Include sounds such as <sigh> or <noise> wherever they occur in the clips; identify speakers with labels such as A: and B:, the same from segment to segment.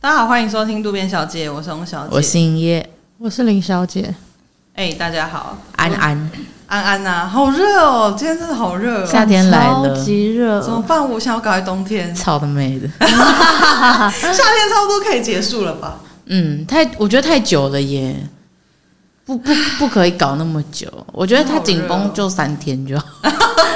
A: 大家好，欢迎收听渡边小姐，我是翁小姐，
B: 我是英叶，
C: 我是林小姐，
A: 哎、大家好，
B: 安安，
A: 安安呐、好热哦，今天真的好热、哦，
B: 夏天来了
C: 超级热
A: 怎，么办？我想要搞快冬
B: <laughs>
A: 天，
B: 操他妹的，
A: 夏天差不多可以结束了吧？
B: 嗯，太我觉得太久了耶，不不不可以搞那么久，我觉得他紧绷就三天就好，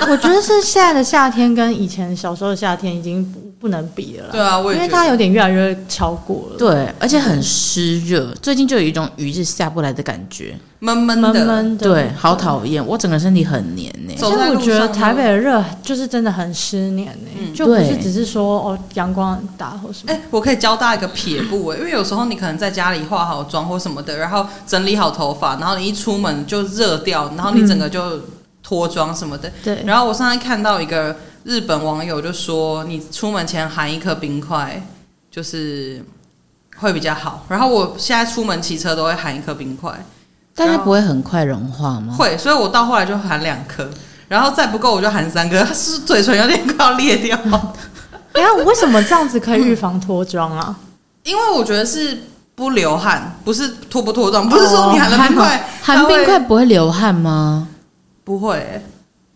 C: 我觉得是现在的夏天跟以前小时候的夏天已经不不能比了啦，
A: 对啊，我也
C: 因
A: 觉
C: 为
A: 得
C: 它有点越来越超过
A: 哦
C: 了，
B: 对，而且很湿热，最近就有一种雨是下不来的感觉，
A: 闷闷的，嗯
C: 闷闷的，
B: 对，好讨厌，我整个身体很黏欸呢，
A: 走
C: 所
A: 在
C: 以
A: 路
C: 我
A: 上
C: 觉得台北的热就是真的很湿黏呢、
A: 嗯
C: 就不是
B: 对
C: 只是说哦阳光很大或什么，
A: 哎、我可以教大家一个撇步哎、因为有时候你可能在家里化好妆或什么的，然后整理好头发，然后你一出门就热掉，然后你整个就脱妆什么的。
C: 对，
A: 哎然后我上次看到一个日本网友就说，你出门前含一颗冰块，就是会比较好。然后我现在出门骑车都会含一颗冰块，
B: 嗯但它不会很快融化吗？
A: 会，所以我到后来就含两颗。然后再不够我就含三颗，是嘴唇有点快要裂掉。
B: 嗯
C: 然后哎为什么这样子可以预防脱妆
A: <laughs>
C: 啊？
A: 因为我觉得是不流汗，不是脱不脱妆，不是哦说你含了冰块，它
B: 哦含
A: 会
B: 冰块不会流汗吗？
A: 不会、欸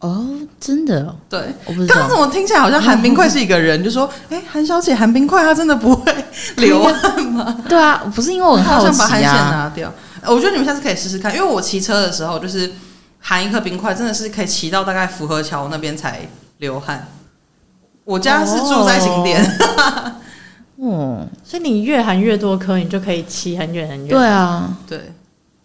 B: 哦，真的哦，
A: 对。
B: 我不知
A: 刚刚怎
B: 道，
A: 么听起来好像含冰块是一个人，就说：“哎、韩小姐含冰块，她真的不会流汗吗？”
B: 对啊，不是因为我很
A: 好
B: 好
A: 想把汗
B: 奇
A: 腺
B: 啊，
A: 拿掉。呃我觉得你们下次可以试试看，因为我骑车的时候就是含一颗冰块，真的是可以骑到大概福和桥那边才流汗。我家是住在景点，
B: 哦，
C: 所以你越含越多颗，你就可以骑很远很远。
B: 对啊，
A: <laughs> 对。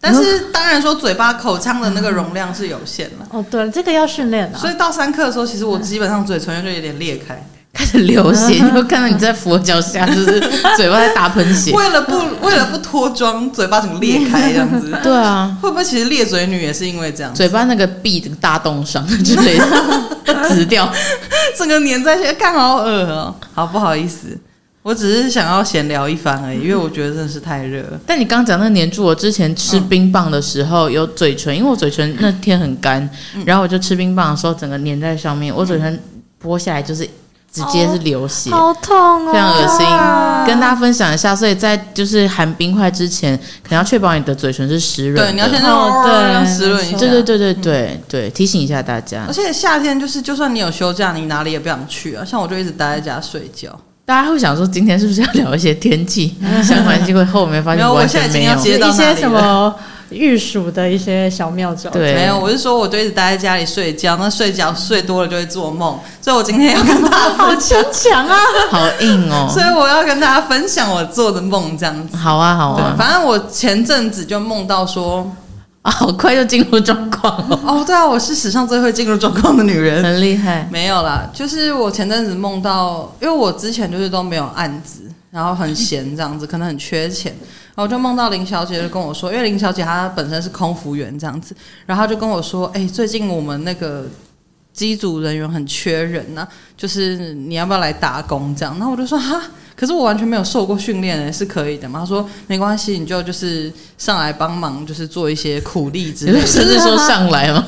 A: 但
B: 嗯
A: 是当然说，嘴巴口腔的那个容量是有限的，
C: 哦，对，这个要训
B: 嗯
C: 练啊。
A: 所以到三克的时候，其实我基本上嘴唇就有点裂开。
B: 开始流血， <laughs> 你会看到你在佛脚下，就是嘴巴在打喷血。
A: 为了
B: 嗯
A: 不为了不脱妆，嘴巴怎么裂开这样
B: <laughs>
A: 子？
B: 对啊，
A: 会不会其实裂嘴女也是因为这样，
B: 嘴巴那个壁的大冻伤之类
A: <laughs>
B: 的，紫掉。
A: 整个粘在一起，干好恶哦、好不好意思，我只是想要闲聊一番而已，因为我觉得真的是太热了。
B: 但你刚刚讲那个粘住，我之前吃冰棒的时候有嘴唇，因为我嘴唇那天很干，
A: 嗯
B: 然后我就吃冰棒的时候整个粘在上面，我嘴唇剥下来就是直接是流血。
C: 好痛哦，
B: 非常恶心
C: 啊
B: 跟大家分享一下，所以在就是含冰块之前，可能要确保你的嘴唇是湿润的。
A: 对，你要先
C: 哦
A: 让
C: 对
A: 湿润一下。
B: 对对。对对对对，提醒一下大家
A: 而。且夏天就是，就算你有休假，你哪里也不想去啊。像我就一直待在家睡觉。
B: 大家会想说，今天是不是要聊一些
A: <laughs>
B: 天气相关？结果后面发
A: 没有
B: 现
A: 我
B: 完
A: 现在
B: 全
A: 已经
B: 没
A: 要
B: 有。
A: 接到
C: 一
A: 哪里了
C: 些什么御暑的一些小妙招。
B: 对
A: 没有，我是说我就一直待在家里睡觉。那睡觉睡多了就会做梦，所以我今天要跟大家
C: 好
A: 分，
C: 牵强啊！
B: <laughs> 好硬
A: <laughs> 所
B: 哦！
A: 以我要跟大家分享我做的梦这样子。
B: 好啊，好
A: 对，
B: 啊，
A: 反正我前阵子就梦到说，
B: 啊，好快就进入状况了，
A: 哦，对啊，我是史上最会进入状况的女人。
B: 很厉害。
A: 没有啦，就是我前阵子梦到，因为我之前就是都没有案子，然后很闲这样子，可能很缺钱，然后我就梦到林小姐就跟我说，因为林小姐她本身是空服员这样子，然后她就跟我说，哎、最近我们那个机组人员很缺人呐、就是你要不要来打工这样？然后我就说哈。可是我完全没有受过训练欸诶，是可以的吗？她说没关系，你就就是上来帮忙，就是做一些苦力之
B: 你
A: 类的。
B: 甚至说上来吗？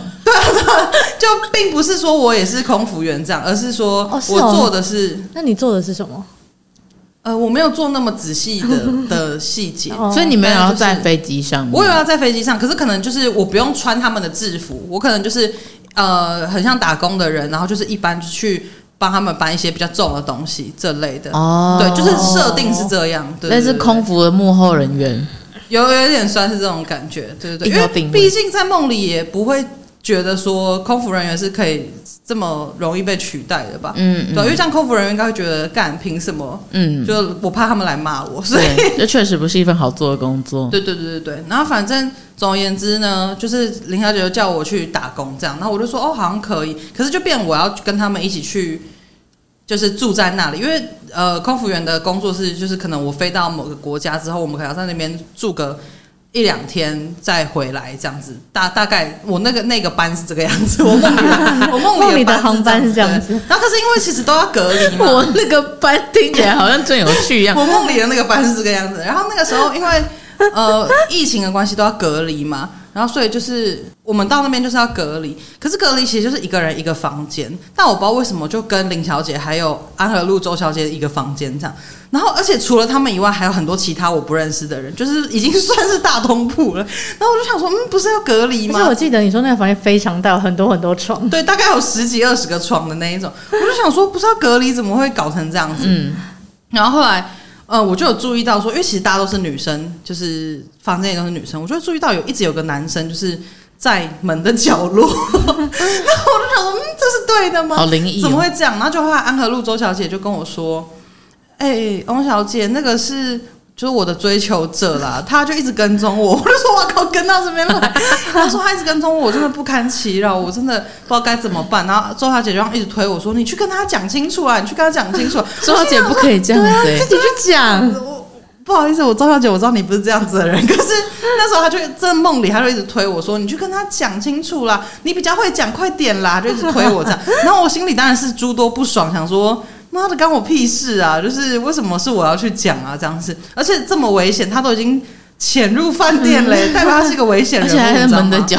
A: 就并不是说我也是空服员这样，而是说
C: 哦是
A: 我
C: 哦
A: 做的是、
C: 那你做的是什么？
A: 呃，我没有做那么仔细的
B: <laughs>
A: 的细节。
C: 哦
B: 所以你们也要在
A: 就是
B: 飞机上面？
A: 我有啊要在飞机上，可是可能就是我不用穿他们的制服，我可能就是呃，很像打工的人，然后就是一般去帮他们搬一些比较重的东西这类的。
B: 哦，
A: 对，就是设定是这样，对对
B: 那是
A: 对
B: 空服的幕后人员，
A: 有有点算是这种感觉，对对对，
B: 硬
A: 因
B: 要
A: 为
B: 定位
A: 毕竟在梦里也不会觉得说空服人员是可以这么容易被取代的吧？
B: 嗯
A: 对，因为这样空服人员应该会觉得干凭什么？
B: 嗯，嗯
A: 就我怕他们来骂我，所以
B: 对，这确实不是一份好做的工作。
A: <laughs> 对对对对对。然后反正总而言之呢，就是林小姐就叫我去打工这样，然后我就说哦好像可以，可是就变我要跟他们一起去。就是住在那里，因为呃，空服员的工作是，就是可能我飞到某个国家之后，我们可能要在那边住个一两天再回来这样子。大大概我那个那个班是这个样子，我梦里的
C: <laughs>
A: 我梦
C: 梦
A: 里
C: 里的航班是这样
A: 子。 <laughs> 对然后可是因为其实都要隔离嘛，
B: 我那个班听起来好像真有趣一
A: <laughs>
B: 样。
A: 我梦里的那个班是这个样子。然后那个时候因为呃疫情的关系都要隔离嘛，然后所以就是我们到那边就是要隔离，可是隔离其实就是一个人一个房间，但我不知道为什么就跟林小姐还有安和路周小姐一个房间这样。然后，而且除了他们以外，还有很多其他我不认识的人，就是已经 <laughs> 算是大通铺了。然后我就想说，嗯，不是要隔离
C: 而
A: 吗？
C: 且我记得你说那个房间非常大，有很多很多床。
A: 对，大概有十几二十个床的那一种。我就想说，不是要隔离，怎么会搞成这样子？
B: 嗯，
A: 然后后来，呃，我就有注意到说，因为其实大家都是女生，就是房间也都是女生，我就注意到有一直有个男生就是在门的角落，然后我就想说，嗯，这是对的吗？
B: 好灵异、
A: 怎么
B: 哦，
A: 会这样？然后就后来安和路周小姐就跟我说：“哎、翁小姐，那个是就是我的追求者啦， <laughs> 他就一直跟踪我。”我就说：“我靠，跟到这边来。” <laughs> 她说：“他一直跟踪我，我真的不堪其扰，我真的不知道该怎么办。”然后周小姐就这样一直推我说：“你去跟他讲清楚啊，你去跟他讲清楚啊。”
B: 周小姐不可以这样子、欸
C: 自，己去讲，
A: 我不好意思，我周小姐，我知道你不是这样子的人，可是那时候她就在梦里，她就一直推我说：“你去跟她讲清楚啦，你比较会讲，快点啦！”就一直推我这样。 <laughs> 然后我心里当然是诸多不爽，想说：“妈的，干我屁事啊！就是为什么是我要去讲啊？这样子，而且这么危险，他都已经潜入饭店嘞，代表他是一个危险 <laughs>
B: 而
A: 人物，
B: 且还在
A: 你知道
B: 门的
A: 吗
B: 角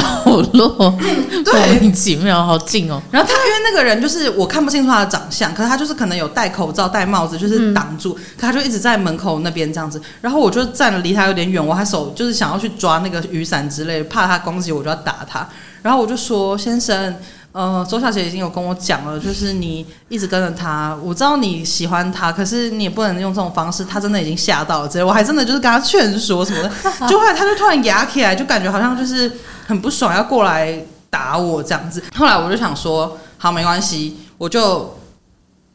B: 落，莫
A: 啊 <laughs> 对。”
B: 名其妙，好近哦。
A: 然后他因为那个人就是我看不清楚他的长相，可是他就是可能有戴口罩、戴帽子，就是挡住，可他就一直在门口那边这样子。然后我就站的离他有点远，我还手就是想要去抓那个雨伞之类的，怕他攻击我就要打他。然后我就说：“先生，呃，周小姐已经有跟我讲了，就是你一直跟着他，我知道你喜欢他，可是你也不能用这种方式，他真的已经吓到了之类。”我还真的就是跟他劝说什么的，就后来他就突然牙起来，就感觉好像就是很不爽，要过来打我这样子。后来我就想说，好，没关系，我就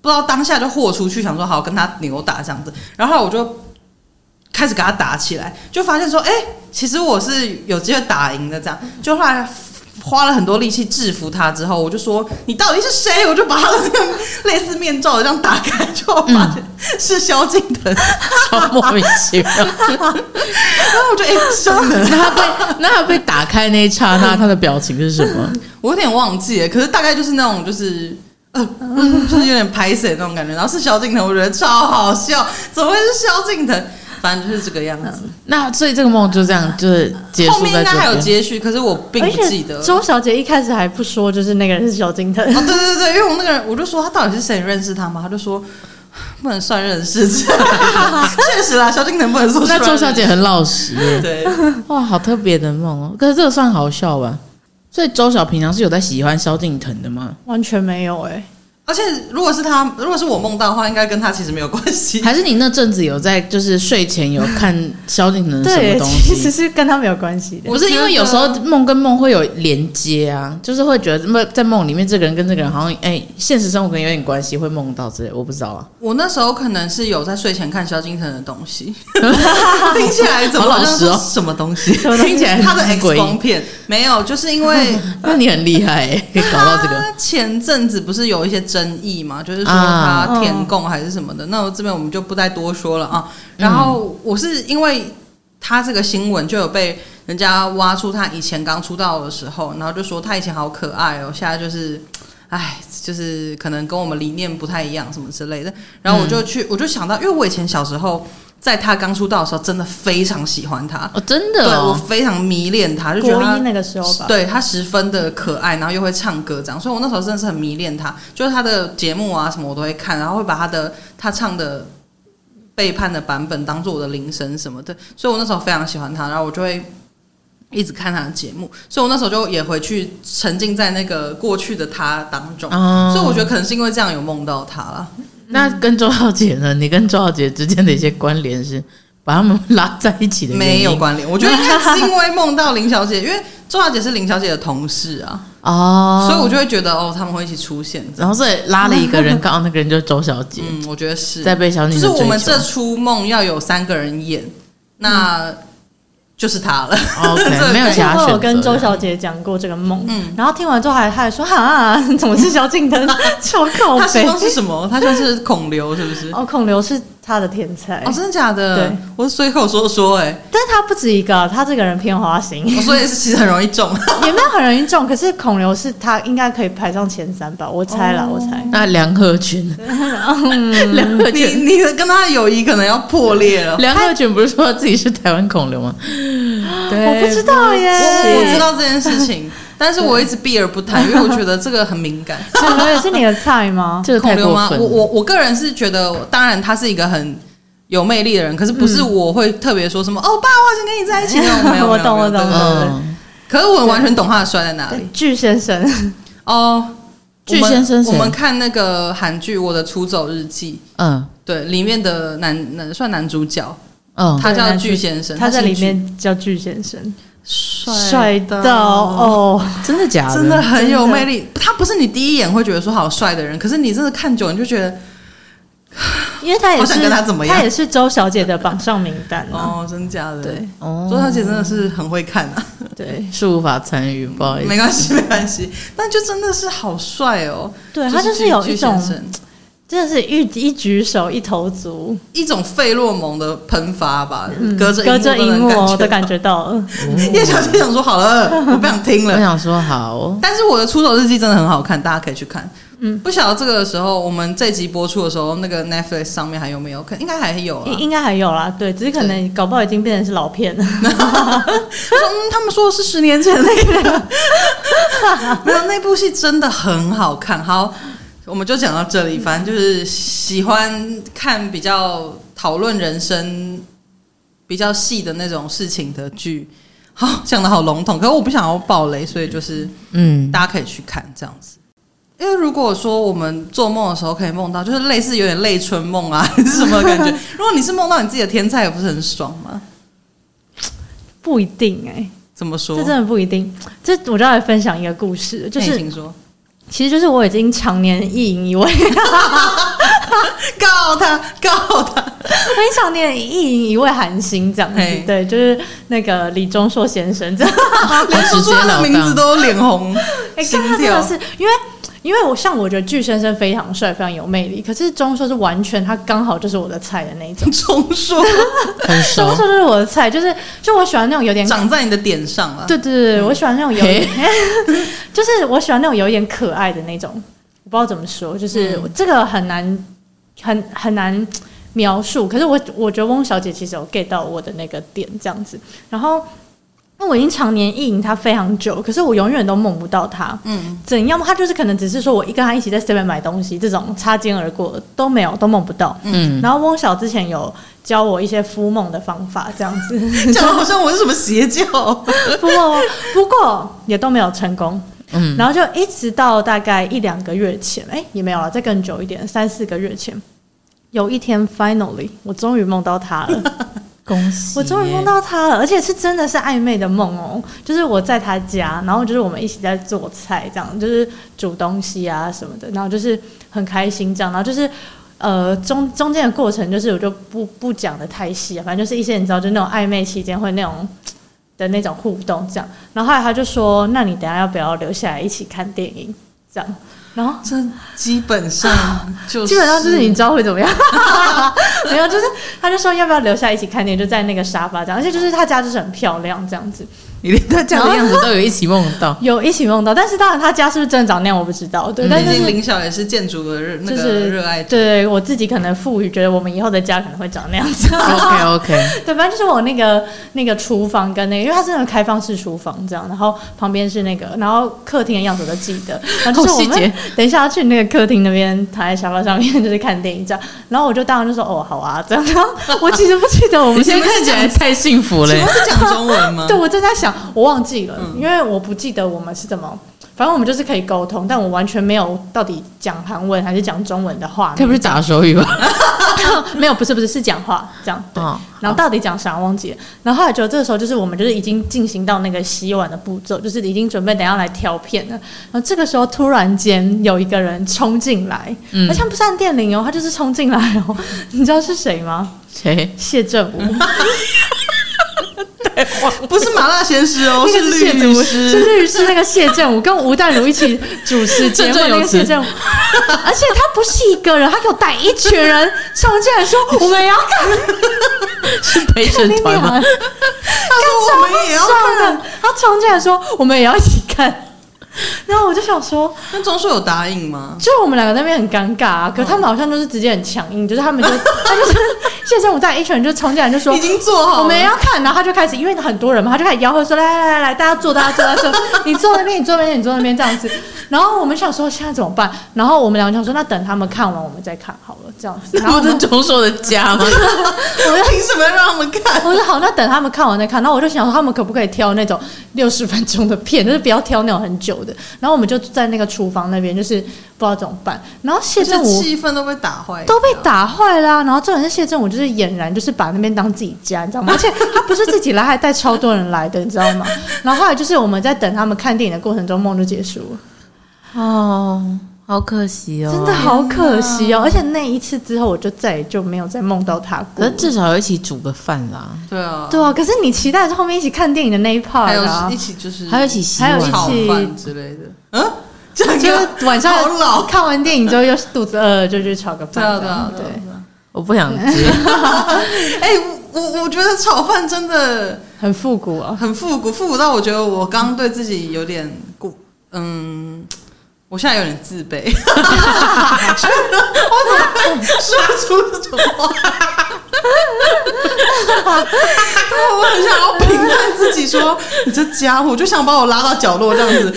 A: 不知道当下就豁出去，想说好跟他扭打这样子。然后后来我就开始给他打起来，就发现说，哎、其实我是有机会打赢的这样。就后来。花了很多力气制服他之后，我就说你到底是谁？我就把他的那个类似面罩的这样打开，就发现是萧敬腾。
B: 超莫名其妙。
A: 然后我就哎，萧敬腾
B: <laughs> 那他被那他被打开那一刹那，他的表情是什么？
A: 我有点忘记了，可是大概就是那种就是。呃，嗯 <laughs> 就是有点拍谁那种感觉，然后是萧敬腾，我觉得超好笑，怎么会是萧敬腾？反正就是这个样子。
B: 那所以这个梦就这样就是结
A: 后
B: 束
A: 面
B: 在
A: 应该还
B: 这
A: 有
B: 边。
A: 接续，可是我并
C: 而
A: 不记得
C: 且。周小姐一开始还不说，就是那个人是萧敬腾。
A: 哦，对对对，因为我那个人，我就说他到底是谁，你认识他吗？他就说 <sighs> 不能算认识， <laughs> 确实啦，萧敬腾不能说
B: 那
A: 算认识。
B: 周小姐很老实耶，
A: 对，
B: 哇，好特别的梦哦。可是这个算好笑吧？所以周晓平常是有在喜欢萧敬腾的吗？
C: 完全没有哎、
A: 而且如果是他，如果是我梦到的话，应该跟他其实没有关系。
B: 还是你那阵子有在就是睡前有看萧敬腾的什
C: 对
B: 么，东
C: 其
B: <laughs> 西？
C: 实是跟他没有关系的。
B: 不是因为有时候梦跟梦会有连接啊，就是会觉得梦在梦里面这个人跟这个人好像哎、现实生活可能有点关系，会梦到之类，我不知道啊。
A: 我那时候可能是有在睡前看萧敬腾的东
C: <laughs>
A: 西，听起来怎么好像是
B: 好老实哦
A: 什么东西？
C: 什么东西
B: 听起来
A: 他的
B: 很
A: X
B: 诡异
A: 光片没有，就是因为
B: <laughs> 那你很厉害、欸，可以搞到
A: <laughs>
B: 这个。
A: 他前阵子不是有一些争议嘛，就是说
B: 啊嗯
A: 他填供还是什么的，那我这边我们就不再多说了啊。然后我是因为他这个新闻就有被人家挖出他以前刚出道的时候，然后就说他以前好可爱哦，现在就是。唉，就是可能跟我们理念不太一样，什么之类的。然后我
B: 嗯
A: 就去，我就想到，因为我以前小时候，在他刚出道的时候，真的非常喜欢他，
B: 哦，真的
A: 对我
B: 哦，
A: 非常迷恋他，就觉得
C: 国
A: 他
C: 一那个时候吧，
A: 对他十分的可爱，然后又会唱歌这样，所以我那时候真的是很迷恋他，就是他的节目啊什么我都会看，然后会把他的他唱的背叛的版本当做我的铃声什么的，所以我那时候非常喜欢他，然后我就会。一直看他的节目，所以我那时候就也回去沉浸在那个过去的他当中，
B: 啊
A: 所以我觉得可能是因为这样有梦到他了。
B: 那跟周浩杰呢？你跟周浩杰之间的一些关联是把他们拉在一起的原因
A: 没有关联，我觉得应该是因为梦到林小姐，因为周小姐是林小姐的同事啊，
B: 哦，
A: 所以我就会觉得哦，他们会一起出现这样。
B: 然后所以拉了一个人，刚好那个人就是周小姐，
A: 嗯，我觉得是
B: <laughs> 在被萧敬
A: 就
B: 腾
A: 是我们
B: 啊追
A: 这
B: 求嗯
A: 出梦要有三个人演，那就是他了。
B: 哦
A: <laughs>
B: OK 没有
C: 而
B: 其
C: 且
B: 他选
C: 我
B: 择。
C: 有跟周小姐讲过这个梦，
A: 嗯
C: 然后听完之后还她还说哈，怎么是萧敬腾？超靠
A: 他希
C: 北。
A: 望是什么？他像是孔刘是不是？
C: 哦，孔刘是他的天才，
B: 哎
A: 哦，真的假的
C: 对？
A: 我是随口说说哎、
B: <laughs>
C: 但是他不止一个，他这个人偏花 <laughs> 心，
A: 我所以是其实很容易
B: <laughs>
A: 中。
C: 也没有很容易中。可是孔刘是他应该可以排上前三吧，我猜啦，我猜。
B: 那梁鹤
A: <laughs>
B: 群，梁鹤
A: 你
B: 群， <laughs>
A: 你的跟他的友谊可能要破裂了。 <laughs>
B: 梁鹤群不是说自己是台湾孔刘吗？
C: 我不知道耶。
A: 我我知道这件事情，但是我一直避而不谈，因为我觉得这个很敏感。
C: 是是你的菜吗？
B: 这个
A: 孔
B: <laughs> 太
A: 刘
B: 过
A: 吗？
B: 分
A: 我
B: 了。
A: 我我个人是觉得，当然他是一个很有魅力的人，可是不是
B: 嗯
A: 我会特别说什么、哦，爸，我好想跟你在一起那种。
B: <laughs>
A: 没有，没有
C: 我懂
A: 没有
C: 我懂
A: 对对对
B: 嗯，
A: 可是我完全懂他的帅在哪里
C: 巨先生，
A: 哦。
B: 巨
A: 我们
B: 先生谁
C: 啊
A: 我们看那个韩剧《我的出走日记》，
B: 嗯
A: 对里面的男男算男主角，
B: 嗯，
A: 他叫
C: 哦男主
A: 巨先生，
C: 他在
A: 姓
C: 里
A: 巨
C: 面叫巨先生，
A: 帅
C: 帅到哦，
B: 真的假的？
A: 真的很有
C: 真的
A: 魅力。他不是你第一眼会觉得说好帅的人，可是你真的看久了，你就觉得
C: 因为他也
A: 好想
C: 是
A: 跟他怎么样
C: 他也是周小姐的榜上名单啊。
A: 哦，真假的？
C: 对，
B: 哦，
A: 周小姐真的是很会看啊，
C: 对
B: 是无法参与，不
C: 哦
B: 好意思
A: 没。关系，没关系。但就真的是好帅哦，
C: 对，他就是
A: 巨
C: 有一
A: 巨
C: 种
A: 先生
C: 真的是一一举手一投足，
A: 一种费洛蒙的喷发吧，隔着
C: 嗯隔着
A: 荧
C: 荧幕哦
A: 幕
C: 都
A: 感
C: 感觉到了。
A: 觉。 <laughs> 叶小姐想说好
B: <laughs>
A: 了，我不想听
B: 我
A: 了。
B: 想说好，
A: 但是我的出走日记真的很好看，大家可以去看。嗯，不晓得这个时候我们这集播出的时候，那个 Netflix 上面还有没有？可应该还有啊
C: 呃应。应该还有啦，对，只是可能搞不好已经变成是老片了。
A: 他说：“嗯，他们说的是十年前的 <laughs> 那个，没有那部戏真的很好看。”好，我们就讲到这里。反正就是喜欢看比较讨论人生比较细的那种事情的剧。好，讲的好笼统，可是我不想要暴雷，所以就是
B: 嗯，
A: 大家可以去看这样子。因为如果说我们做梦的时候可以梦到，就是类似有点类春梦啊， <laughs> 还是什么感觉？如果你是梦到你自己的天菜，也不是很爽吗？
C: 不一定哎、
A: 怎么说？
C: 这真的不一定。这我就要来分享一个故事，就
A: 那你
C: 是
A: 请说。
C: 其实就是我已经常年意淫一
A: <laughs>
C: 位，我已
A: 告他，告他。
C: 经常年意淫一位韩星这样子
A: 嘿，
C: 对，就是那个李钟硕先生
A: <laughs>
C: 这样。
B: <laughs>
A: 连说出他的名字都脸红
C: 哎、
A: 心
C: 看他真
A: 跳
C: 的。是因为。因为我像我觉得巨先生非常帅，非常有魅力，可是钟硕是完全他刚好就是我的菜的那一种，
A: 重说
B: 很熟 <laughs>
C: 钟硕就是我的菜，就是就我喜欢那种有点
A: 长在你的点上啊了。
C: 对对对，
A: 嗯
C: 对我喜欢那种有点， <laughs> 就是我喜欢那种有点可爱的那种，我不知道怎么说，就是
A: 嗯
C: 这个很难很很难描述。可是我我觉得翁小姐其实有 get 到我的那个点，这样子。然后，那我已经常年意淫她非常久，可是我永远都梦不到她。
A: 嗯，
C: 怎样？她就是可能只是说我一跟她一起在 seven 买东西，这种擦肩而过都没有，都梦不到。
B: 嗯，
C: 然后翁小之前有教我一些敷梦的方法，这样子。
A: 讲的好像我是什么邪教。
C: 不过不过也都没有成功。
B: 嗯
C: 然后就一直到大概一两个月前，哎、也没有了，再更久一点，三四个月前，有一天，finally，我终于梦到他了，
B: 恭喜！
C: 我终于梦，到他了，而且是真的是暧昧的梦哦，就是我在他家，然后就是我们一起在做菜，这样就是煮东西啊什么的，然后就是很开心这样，然后就是。呃，中中间的过程就是我就不不讲的太细啊，反正就是一些你知道，就那种暧昧期间会那种的那种互动这样。然后后来他就说：“那你等一下要不要留下来一起看电影？”这样，然后
A: 这基本上就是
C: 基本上就是你知道会怎么样， <laughs> 没有，就是他就说要不要留下一起看电影，就在那个沙发这样，而且就是他家就是很漂亮这样子，
B: 你连他讲的样子都有一起梦 <laughs> 到，
C: 有一起梦到，但是当然他家是不是真的长那样我不知道，对，
B: 嗯
C: 但
A: 毕
C: 是
A: 竟
C: 是
A: 林晓也是建筑的热那
C: 就
A: 个
C: 是
A: 热爱者。
C: 对我自己可能赋予觉得我们以后的家可能会长那样子，
B: OK OK，
C: <laughs> 对，反正就是我那个那个厨房跟那个，因为它是那种开放式厨房这样，然后旁边是那个，然后客厅的样子我都记得，然后就是我
B: 好细
C: 们
B: 节
C: 等一下要去那个客厅那边躺在沙发上面 <laughs> 就是看电影这样，然后我就当然就说哦好啊这样，然后我其实不记得我
B: 你
C: 们
B: 现
C: 现
B: 在
C: 在
B: 看起来太幸福了
A: 请。问是讲中文吗
C: 对，？我正在想，我忘记了，
B: 嗯
C: 因为我不记得我们是怎么，反正我们就是可以沟通，但我完全没有到底讲韩文还是讲中文的话， <laughs>
B: 该不是打手语吧？
C: 没有，不是不是是讲话这样，对。
B: 嗯，
C: 然后到底讲啥忘记了，然后后来就这个时候就是我们就是已经进行到那个洗碗的步骤，就是已经准备等一下来挑片了。然后这个时候突然间有一个人冲进来，
B: 嗯
C: 而且他不是按电铃哦，他就是冲进来哦， <laughs> 你知道是谁吗？
B: 谁？
C: 谢振武。
A: 嗯不是麻辣鲜师哦，
C: 那个
A: 是
C: 谢
A: 律
C: 祖是
A: 师。
C: 律师那个谢振武跟吴淡如一起主
A: <laughs>
C: 持节目的那个谢振武， <laughs> 而且他不是一个人，他给我带一群人冲进来
A: <laughs>
C: 说我们也要看
B: 是陪审 <laughs>
C: 你
B: 团吗
C: 俩，？
A: 他说我们也要
C: 上的，他冲进来说我们也要一起看。 <laughs> 然后我就想说，
A: 那钟硕有答应吗？
C: 就我们两个在那边很尴尬、
A: 嗯
C: 啊，可他们好像就是直接很强硬，就是他们就 <laughs> 他就是现身舞蹈一群人就冲进来就说
A: 已经做好了，
C: 啊我们要看，然后他就开始，因为很多人嘛，他就开始吆喝说：“来来来来，大家坐，大家坐，大家坐， <laughs> 你坐那边，你坐那边，你坐那边，这样子。”然后我们想说现在怎么办？然后我们俩就想说，那等他们看完我们再看好了，这样子。然后
B: 不
C: 我们
B: 是钟硕的家吗？
A: 凭什么要让他们
C: <laughs>
A: 看？
C: 我说好，那等他们看完再看。然后我就想说，他们可不可以挑那种六十分钟的片，就是不要挑那种很久的。然后我们就在那个厨房那边，就是不知道怎么办。然后谢
A: 而且
C: 振武
A: 气氛都被打坏，
C: 都被。打坏啦、然后重点是谢振武就是俨然就是把那边当自己家，你知道吗？而且他不是自己来，还带超多人来的，你知道吗？然后后来就是我们在等他们看电影的过程中，梦就结束了，
B: <laughs> 哦，好可惜哦，
C: 真的。好可惜哦。而且那一次之后，我就再也就没有再梦到他
B: 可
C: 过了
B: 是。至少一起煮个饭啦，
A: 对啊，
C: 对啊，可是你期待是后面一起看电影的那一 part
A: 还
C: 啊
A: 有一，起就是
B: 还有一起洗
C: 还有
B: 碗
C: 一，
A: 炒
C: 起
A: 饭之类的，嗯，这
C: <laughs> 就
A: 个
C: 是晚上
A: 好老
C: <laughs>
A: <laughs>
C: 看完电影之后又是肚子饿，就去炒个
A: 对
C: 饭
A: 啊
C: 这
A: 对
C: 样。
A: 啊
C: 对
A: 对啊。
B: 我不想 <laughs> 接。
A: 哎、我我我觉得炒饭真的
C: 很复古啊。 <laughs>
A: 很复古，复古到我觉得我刚对自己有点过，嗯，我现在有点自卑，我怎么会说出这种话？我很想要评判自己说，你这家伙，我就想把我拉到角落这样 <laughs> 子，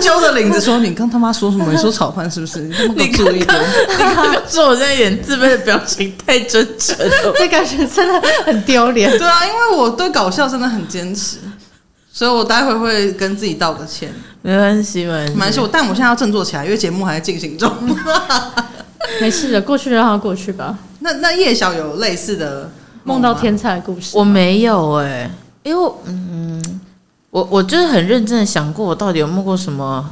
A: 揪着领子说，你刚他妈说什么？你说炒饭是不是？你他妈给我注意一点！
B: 说我现在有点自卑的表情太真诚了。
C: 这感觉真的很丢脸，
B: <laughs>
A: 对啊，因为我对搞笑真的很坚持，所以我待会会跟自己道个歉。
B: 没关系，没关系，
A: 蛮是我，但我现在要振作起来，因为节目还在进行中。 <laughs>
C: 没事的，过去就让它过去吧。
A: 那那叶晓有类似的
C: 梦
A: 吗
C: 到，天才的故事，
B: 我没有哎、因为我嗯，我我就是很认真的想过，我到底有梦过什么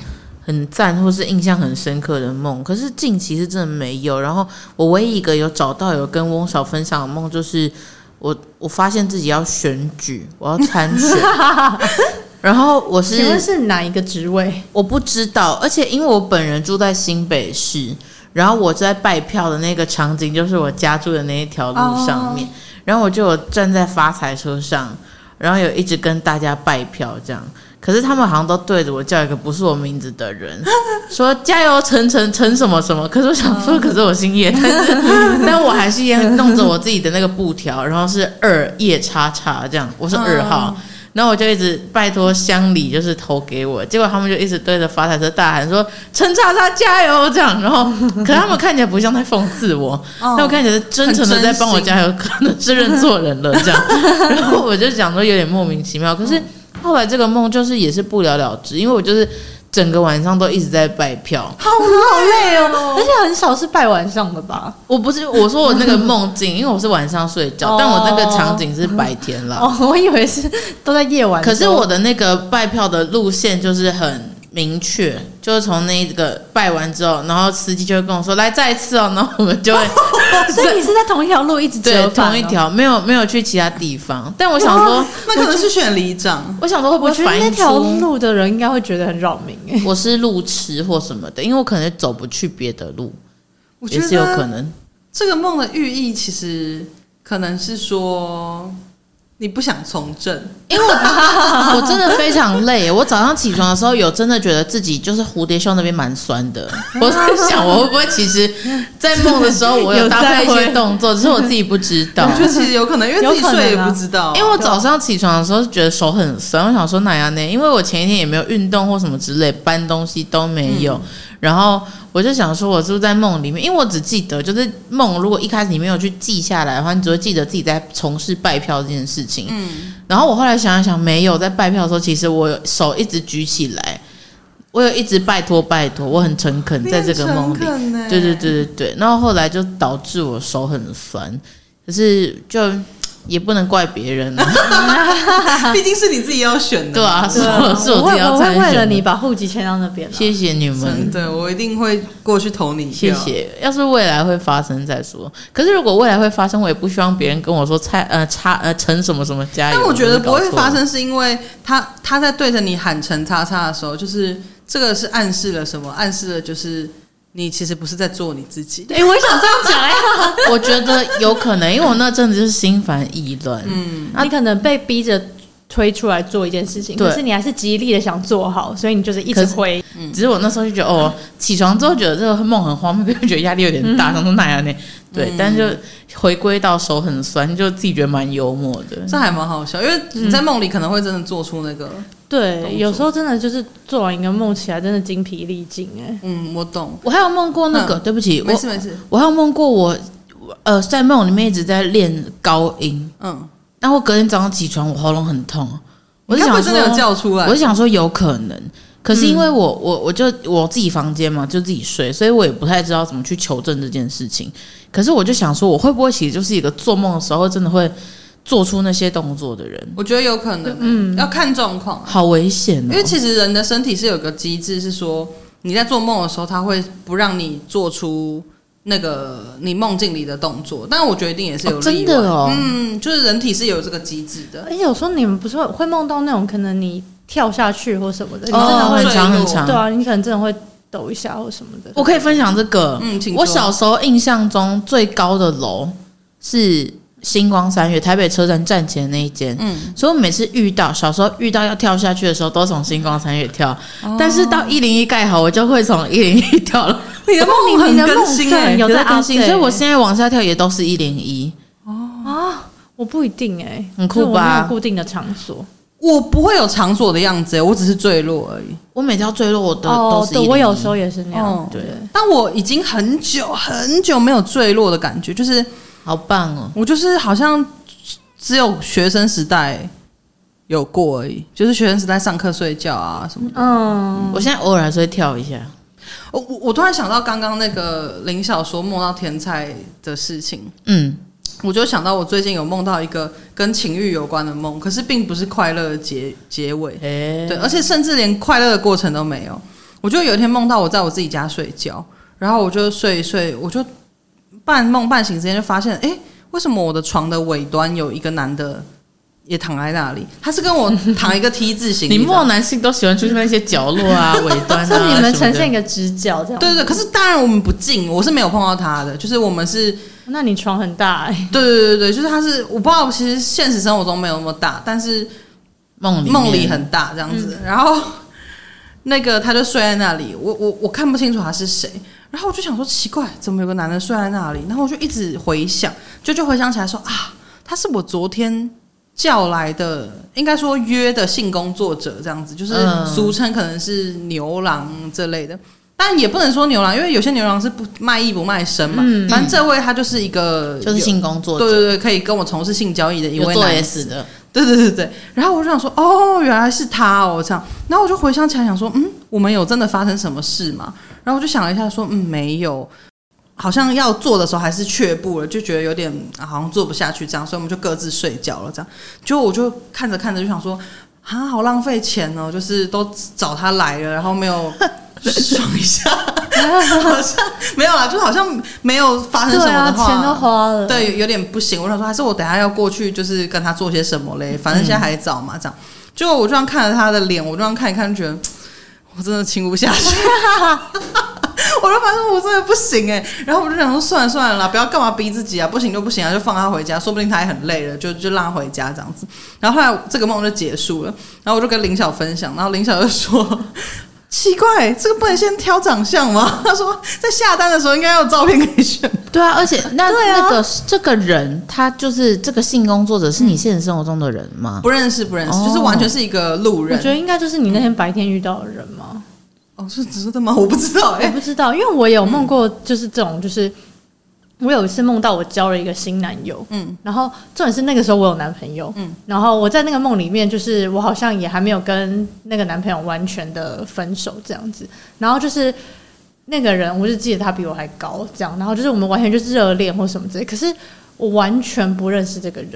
B: 很赞或是印象很深刻的梦。可是近期是真的没有。然后我唯一一个有找到有跟翁晓分享的梦，就是我我发现自己要选举，我要参选。然后我是
C: 请问是哪一个职位？
B: 我不知道，而且因为我本人住在新北市，然后我在拜票的那个场景就是我家住的那一条路上面，然后我就有站在发财车上，然后有一直跟大家拜票这样。可是他们好像都对着我叫一个不是我名字的人， <laughs> 说加油陈陈陈什么什么。可是我想说，可是我姓叶，但是但我还是一样弄着我自己的那个布条，然后是二叶叉叉这样，我是二号。然后我就一直拜托乡里，就是投给我，结果他们就一直对着发财车大喊说“陈叉叉加油”这样，然后可他们看起来不像在讽刺我，
A: 哦
B: 那我看起来是真诚的在帮我加油，可能是认错人了这样。然后我就想说有点莫名其妙，可是后来这个梦就是也是不了了之，因为我就是整个晚上都一直在拜票。
A: 好累
B: <laughs>
A: 哦
C: 而且很少是拜晚上的吧？
B: 我不是我说我那个梦境，因为我是晚上睡觉，但我那个场景是白天啦。
C: 哦，我以为是都在夜晚的
B: 可
C: 时
B: 是
C: 候。
B: 我的那个拜票的路线就是很明确，就是从那一个拜完之后，然后司机就会跟我说来再一次哦，然后我们就会
C: 所以你是在同一条路一直
B: 对
C: 折返哦
B: 同一。条，没有没有去其他地方。但我想说，
A: 那可能是选里长，
B: 我想说会不
C: 我
B: 会
C: 觉得
B: 反
C: 那
B: 映
C: 条
B: 出
C: 路的人应该会觉得很扰民哎。
B: 我是路痴或什么的？因为我可能走不去别的路，
A: 我觉
B: 也是有可
A: 得
B: 能。
A: 这个梦的寓意其实可能是说你不想从政，
B: 因为我我真的非常
A: <laughs>
B: 累，我早上起床的时候有真的觉得自己就是蝴蝶袖那边蛮酸
A: <laughs>
B: 的。我在想，我会不会其实，在梦的时候我有
C: 有
B: 搭
C: 在
B: 配一些
C: 会
B: 动作，只是我自己不知道
A: 我。觉得其实有可能，因为自己
C: 有可能啊
A: 睡也不知道，
B: 因为我早上起床的时候觉得手很酸，我想说哪样呢？因为我前一天也没有运动或什么之类，搬东西都没有。然后我就想说，我是不是在梦里面？因为我只记得，就是梦如果一开始你没有去记下来的话，你只会记得自己在从事拜票这件事情。
A: 嗯，
B: 然后我后来想一想，没有在拜票的时候，其实我有手一直举起来，我有一直拜托拜托，我很诚恳 <laughs> 在这个梦里。
A: 里
B: 对对，对对对，然后后来就导致我手很酸，可是就也不能怪别
A: <laughs>
B: 人啊，
A: 毕竟是你自己要选的，
B: 对啊， <laughs> 是我是
C: 我
B: 自
C: 会
B: 己要
C: 我
B: 参
C: 会为了
B: 选
C: 你
B: 的。
C: 把户籍迁到那
B: <laughs>
C: 边啊。
B: 谢谢你
A: <laughs> 真
B: 们，
A: 的，我一定会过去投你一
B: 谢
A: 票。
B: 谢。要是未来会发生再说，可是如果未来会发生，我也不希望别人跟我说蔡呃差呃陈什么什么加油。
A: 但我觉得不
B: 真
A: 会
B: 的搞错
A: 发生，是因为他他在对着你喊“陈叉叉”的时候，就是这个是暗示了什么？暗示了就是你其实不是在做你自己。
C: 哎、我也想这样讲哎、
B: <laughs> 我觉得有可能，因为我那阵子就是心烦意乱，
C: 啊
A: 嗯，
C: 你可能被逼着推出来做一件事情，
B: 对
C: 可是你还是极力的想做好，所以你就是一直
B: 可是
C: 挥。
B: 只是我那时候就觉得，哦，起床之后觉得这个梦很荒谬，就觉得压力有点大，想说那样呢？对，
A: 嗯
B: 但就回归到手很酸，就自己觉得蛮幽默的。
A: 这还蛮好笑，因为你在梦里可能会真的做出那个，动作
C: 对，有时候真的就是做完一个梦起来，真的精疲力尽哎、
A: 嗯，我懂，
B: 我还有梦过那个，对不起，
A: 嗯没
B: 我
A: 事没事，
B: 我还有梦过我，呃，在梦里面一直在练高音，
A: 嗯，
B: 然后隔天早上起床，我喉咙很痛，啊我
A: 你
B: 就
A: 该不会
B: 想说
A: 真的有叫出来
B: 我，是想说有可能，可是
A: 嗯
B: 因为我、我我就我自己房间嘛，就自己睡，所以我也不太知道怎么去求证这件事情。可是我就想说，我会不会其实就是一个做梦的时候真的会做出那些动作的人？
A: 我觉得有可能，嗯，
C: 嗯
A: 要看状况，
B: 好危险
A: 因
B: 哦
A: 为！其实人的身体是有个机制，是说你在做梦的时候，它会不让你做出那个你梦境里的动作，但我觉得一定也是有
B: 哦
A: 例
B: 真
A: 外，
B: 的哦
A: 嗯，就是人体是有这个机制的，
C: 而且有时候你们不是会会梦到那种可能你跳下去或什么的，你真的
B: 哦，
C: 会、
B: 很
A: 坠
B: 长
A: 落
B: 很长。
C: 对啊，哦你可能真的会抖一下或什么的。
B: 我可以分享这个。
A: 嗯，请
B: 我
A: 说
B: 小时候印象中最高的楼是星光三月台北车站站前那一间。
A: 嗯，
B: 所以我每次遇到小时候遇到要跳下去的时候，都从星光三月跳，
C: 哦
B: 但是到一零一盖好，我就会从一零一跳了，
A: 你的梦
C: 你
A: 很
C: 的
A: 更
C: 梦
A: 新
C: 对
A: 哎、
C: 有在
B: 更新，
C: update
B: 所以我现在往下跳也都是一零一。
C: 啊，我不一定哎、
B: 很酷吧
C: 就是我没有固定的场所。
A: 我不会有场所的样子、欸，我只是坠落而已。
B: 我每跳坠落我都、
C: 哦
B: 都，是
C: 对，
B: 101
C: 我有时候也是那样
A: 哦。
B: 对，
A: 但我已经很久很久没有坠落的感觉，就是
B: 好棒哦，
A: 我就是好像只有学生时代有过而已，就是学生时代上课睡觉啊什么的。
C: 嗯，
B: 我现在偶尔还是会跳一下。
A: 我我我突然想到刚刚那个林晓说梦到天才的事情，
B: 嗯，
A: 我就想到我最近有梦到一个跟情欲有关的梦，可是并不是快乐的结结尾，
B: 诶、
A: 对，而且甚至连快乐的过程都没有。我就有一天梦到我在我自己家睡觉，然后我就睡一睡，我就半梦半醒之间就发现，哎、为什么我的床的尾端有一个男的也躺在那里？他是跟我躺一个 T 字形，
B: <laughs> 你
A: 知道
B: 莫男性都喜欢出现在一些角落啊、尾端啊，
C: 是你们呈现一
B: 个
C: 个直角这样。
A: 对对对，可是当然我们不近，我是没有碰到他的，就是我们是
C: 那你床很大 <laughs> 哎、
A: 对对对对，就是他是我不知道，其实现实生活中没有那么大，但是
B: 梦里面嗯
A: 梦里很大这样子。然后那个他就睡在那里，我我我看不清楚他是谁。然后我就想说奇怪，怎么有个男的睡在那里？然后我就一直回想，就就回想起来说啊，他是我昨天叫来的，应该说约的性工作者这样子，就是
B: 嗯
A: 俗称可能是牛郎这类的。但也不能说牛郎，因为有些牛郎是不卖艺不卖身嘛。
C: 嗯
A: 反正这位他就是一个
B: 就是性工作者，
A: 对对对，可以跟我从事性交易的一
B: 有
A: 位
B: 做
A: 男
B: S 的，
A: 对对对对。然后我就想说，哦，原来是他哦，这样。然后我就回想起来，想说，嗯，我们有真的发生什么事吗？然后我就想了一下，说，嗯，没有。好像要做的时候还是却步了，就觉得有点、啊好像做不下去这样，所以我们就各自睡觉了。这样，结果我就看着看着就想说，啊，好浪费钱哦，就是都找他来了，然后没有爽一下， <laughs> 好像没有啦，就好像没有发生什
C: 对
A: 么
C: 啊，
A: 的话，
C: 钱都花了。
A: 对，有点不行。我想说，还是我等一下要过去，就是跟他做些什么嘞？反正现在还早嘛，这样。结果我这样看着他的脸，我这样看一看，觉得我真的亲不下去。我就发现我真的不行哎、然后我就想说算了算了啦，不要干嘛逼自己啊，不行就不行啊，就放他回家，说不定他也很累了，就就让他回家这样子。然后后来这个梦就结束了，然后我就跟林晓分享，然后林晓就说。奇怪，这个不能先挑长相吗？他说在下单的时候应该要有照片可以选
B: 对啊，
C: <laughs>
B: 而且那、
C: 对啊
B: 那个这个人，他就是这个性工作者，是
C: 嗯
B: 你现实生活中的人吗？
A: 不认识，不认识，
B: 哦
A: 就是完全是一个路
C: 我
A: 人
C: 觉。得应该就是你那天白天遇到的人嘛，
A: 哦，是直的吗？我 <laughs> 不知道，哎、
C: 我不知道，因为我有梦过，就是这种，就是我有一次梦到我交了一个新男友，
A: 嗯，
C: 然后重点是那个时候我有男朋友，
A: 嗯
C: 嗯，然后我在那个梦里面，就是我好像也还没有跟那个男朋友完全的分手这样子，然后就是那个人，我就记得他比我还高这样，然后就是我们完全就是热恋或什么之类，可是我完全不认识这个人，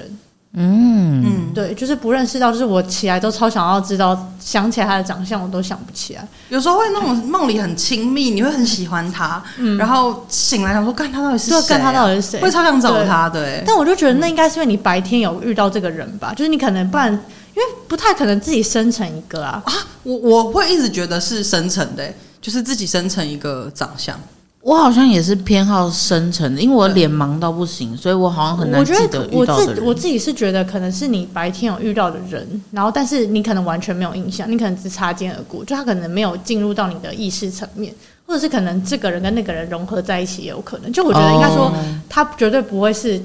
B: 嗯，
A: 嗯，
C: 对，就是不认识到，就是我起来都超想要知道，想起来他的长相我都想不起来，
A: 有时候会那种梦里很亲密，你会很喜欢他，然后醒来想说，干他到底是谁、
C: 就
A: 啊？
C: 嗯干他到底是谁
A: 会？超想找他的、哎，
C: 但我就觉得那应该是因为你白天有遇到这个人吧，就是你可能不然，因为不太可能自己生成一个啊，
A: 欸我我会一直觉得是生成的、哎就是自己生成一个长相。
B: 我好像也是偏好深沉的，因为我脸盲到不行，所以我好像很难
C: 我
B: 记
C: 觉
B: 得
C: 得我
B: 遇到的
C: 自我
B: 人。
C: 自己是觉得，可能是你白天有遇到的人，然后但是你可能完全没有印象，你可能只擦肩而过，就他可能没有进入到你的意识层面，或者是可能这个人跟那个人融合在一起也有可能。就我觉得应该说，
B: 哦
C: 他绝对不会是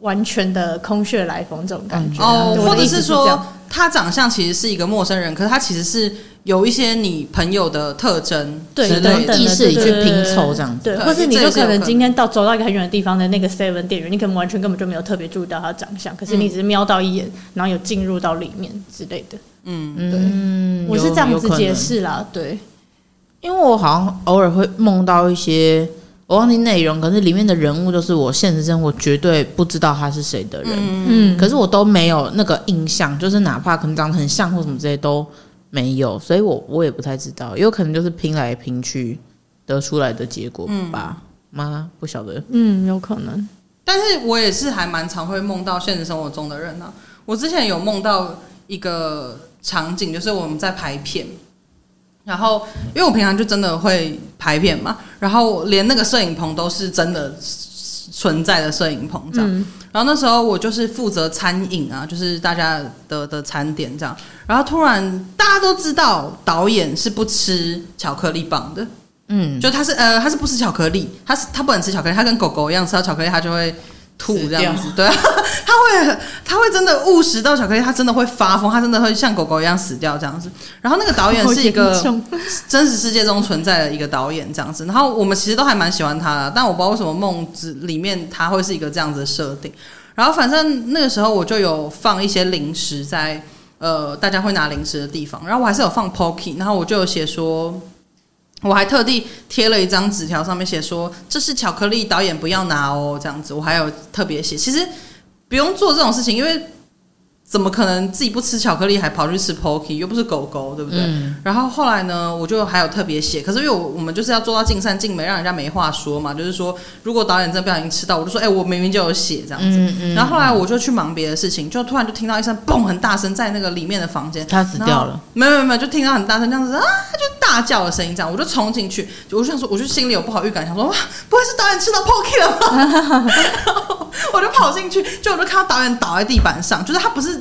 C: 完全的空穴来风这种感觉啊。
A: 哦
C: 对，
A: 或
C: 我的
A: 者
C: 意思
A: 是
C: 是这
A: 说
C: 样，
A: 他长相其实是一个陌生人，可是他其实是有一些你朋友的特征
C: 对
A: 之
B: 只
C: 等
A: 类
B: 能
A: 的
C: 等的
B: 意识里
C: 对
B: 去
C: 对对
B: 拼
C: 对
B: 凑这样子
C: 对，
A: 对
C: 或是你
A: 这也
C: 就是
A: 有
C: 可能
A: 可
C: 今天到走到一个很远的地方的那个 seven 店员，你可能完全根本就没有特别注意到他的长相，可是你只是瞄到一眼，然后有进入到里面之类的。
A: 嗯，
B: 嗯，
C: 我是
B: 有
C: 这样
B: 有
C: 子
B: 可
C: 解
B: 能
C: 释啦，对，
B: 因为我好像偶尔会梦到一些我忘记内容，可是里面的人物都是我现实生活绝对不知道他是谁的人，
C: 嗯，
B: 可是我都没有那个印象，就是哪怕可能长得很像或什么之类都没有，所以我我也不太知道，也有可能就是拼来拼去得出来的结果吧。妈不晓得，
C: 嗯，有可能，
A: 但是我也是还蛮常会梦到现实生活中的人呢、我之前有梦到一个场景，就是我们在排片，然后因为我平常就真的会排片嘛，然后连那个摄影棚都是真的存在的摄影棚这样。
C: 嗯
A: 然后那时候我就是负责餐饮啊，就是大家的的餐点这样。然后突然大家都知道导演是不吃巧克力棒的，
B: 嗯，
A: 就他是呃，他是不吃巧克力，他是他不能吃巧克力，他跟狗狗一样，吃到巧克力他就会吐
B: 死
A: 这样子，对、啊， <laughs> 他会他会真的误食到巧克力，他真的会发疯，他真的会像狗狗一样死掉这样子。然后那个导演是一
C: 好严
A: 个
C: 重
A: 真实世界中存在的一个导演这样子，然后我们其实都还蛮喜欢他的，但我不知道为什么梦之里面他会是一个这样子的设定。然后反正那个时候我就有放一些零食在呃大家会拿零食的地方，然后我还是有放 Pocky，然后我就有写说，我还特地贴了一张纸条，上面写说这是巧克力，导演不要拿哦，这样子我还有特别写，其实不用做这种事情，因为。怎么可能自己不吃巧克力还跑去吃 Pocky？又不是狗狗，对不对？然后后来呢，我就还有特别写，可是因为我我们就是要做到尽善尽美，让人家没话说嘛。就是说，如果导演真的不小心吃到，我就说，哎、我明明就有写这样子。
B: 嗯嗯，
A: 然后后来我就去忙别的事情，就突然就听到一声嘣，很大声，在那个里面的房间，
B: 他死掉了。
A: 没有没有没有，就听到很大声这样子啊，就大叫的声音这样，我就冲进去，我就想说，我就心里有不好预感，想说哇，不会是导演吃到 Pocky 了吧？然后 <laughs> 我就跑进去，就我就看到导演倒在地板上，就是他不是